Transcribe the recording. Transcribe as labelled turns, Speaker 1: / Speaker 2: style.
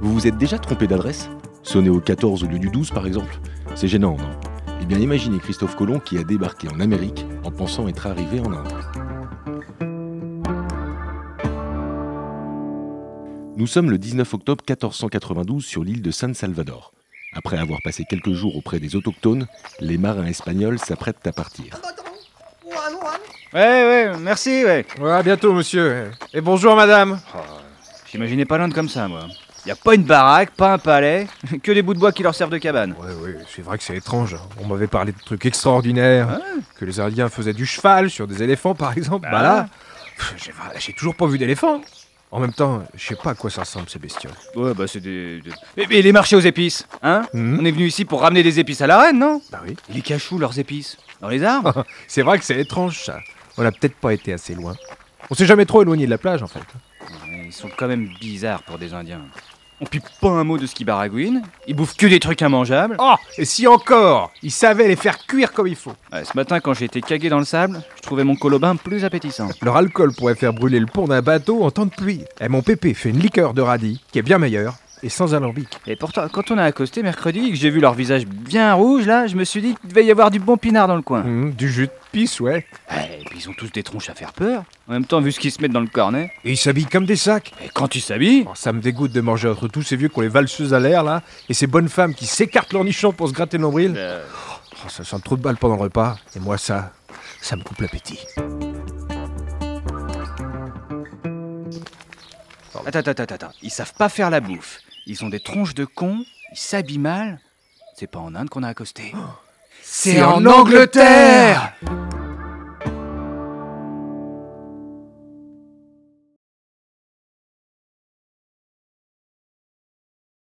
Speaker 1: Vous vous êtes déjà trompé d'adresse Sonné au 14 au lieu du 12 par exemple C'est gênant, non Eh bien imaginez Christophe Colomb qui a débarqué en Amérique en pensant être arrivé en Inde. Nous sommes le 19 octobre 1492 sur l'île de San Salvador. Après avoir passé quelques jours auprès des autochtones, les marins espagnols s'apprêtent à partir.
Speaker 2: Ouais, ouais, merci, ouais.
Speaker 3: Ouais, à bientôt, monsieur. ouais. Et bonjour, madame.
Speaker 2: J'imaginais pas l'Inde comme ça, moi. Y a pas une baraque, pas un palais, que des bouts de bois qui leur servent de cabane.
Speaker 3: Ouais, ouais, c'est vrai que c'est étrange. hein. On m'avait parlé de trucs extraordinaires. Que les Indiens faisaient du cheval sur des éléphants, par exemple.
Speaker 2: Bah.
Speaker 3: Bah là, pff, j'ai- j'ai toujours pas vu d'éléphant. En même temps, je sais pas à quoi ça ressemble, ces bestioles.
Speaker 2: Ouais, bah c'est des. des- Mais, mais les marchés aux épices, hein
Speaker 3: Hmm.
Speaker 2: On est venu ici pour ramener des épices à la reine, non
Speaker 3: Bah oui.
Speaker 2: Les cachous, leurs épices. Dans les arbres
Speaker 3: C'est vrai que c'est étrange, ça. On a peut-être pas été assez loin. On s'est jamais trop éloigné de la plage, en fait.
Speaker 2: Ouais, Ils sont quand même bizarres pour des Indiens. On pipe pas un mot de ce qui baragouine, ils bouffent que des trucs immangeables.
Speaker 3: Oh, et si encore Ils savaient les faire cuire comme il faut.
Speaker 2: Ouais, ce matin, quand j'étais cagué dans le sable, je trouvais mon colobin plus appétissant.
Speaker 3: Leur alcool pourrait faire brûler le pont d'un bateau en temps de pluie. Et mon pépé fait une liqueur de radis, qui est bien meilleure, et sans alambic.
Speaker 2: Et pourtant, quand on a accosté mercredi, que j'ai vu leur visage bien rouge, là, je me suis dit qu'il devait y avoir du bon pinard dans le coin.
Speaker 3: Hum, du jus de pisse, ouais.
Speaker 2: Ouais, Eh, et puis ils ont tous des tronches à faire peur. En même temps, vu ce qu'ils se mettent dans le cornet,
Speaker 3: Et ils s'habillent comme des sacs.
Speaker 2: et quand ils s'habillent,
Speaker 3: Oh, ça me dégoûte de manger entre tous ces vieux qui ont les valseuses à l'air, là, et ces bonnes femmes qui s'écartent leur nichon pour se gratter le nombril.
Speaker 2: euh,
Speaker 3: Oh, ça sent le trou de balle pendant le repas. Et moi, ça, ça me coupe l'appétit.
Speaker 2: attends, attends, attends, attends, ils savent pas faire la bouffe. Ils ont des tronches de cons, ils s'habillent mal. C'est pas en Inde qu'on a accosté.
Speaker 3: C'est en Angleterre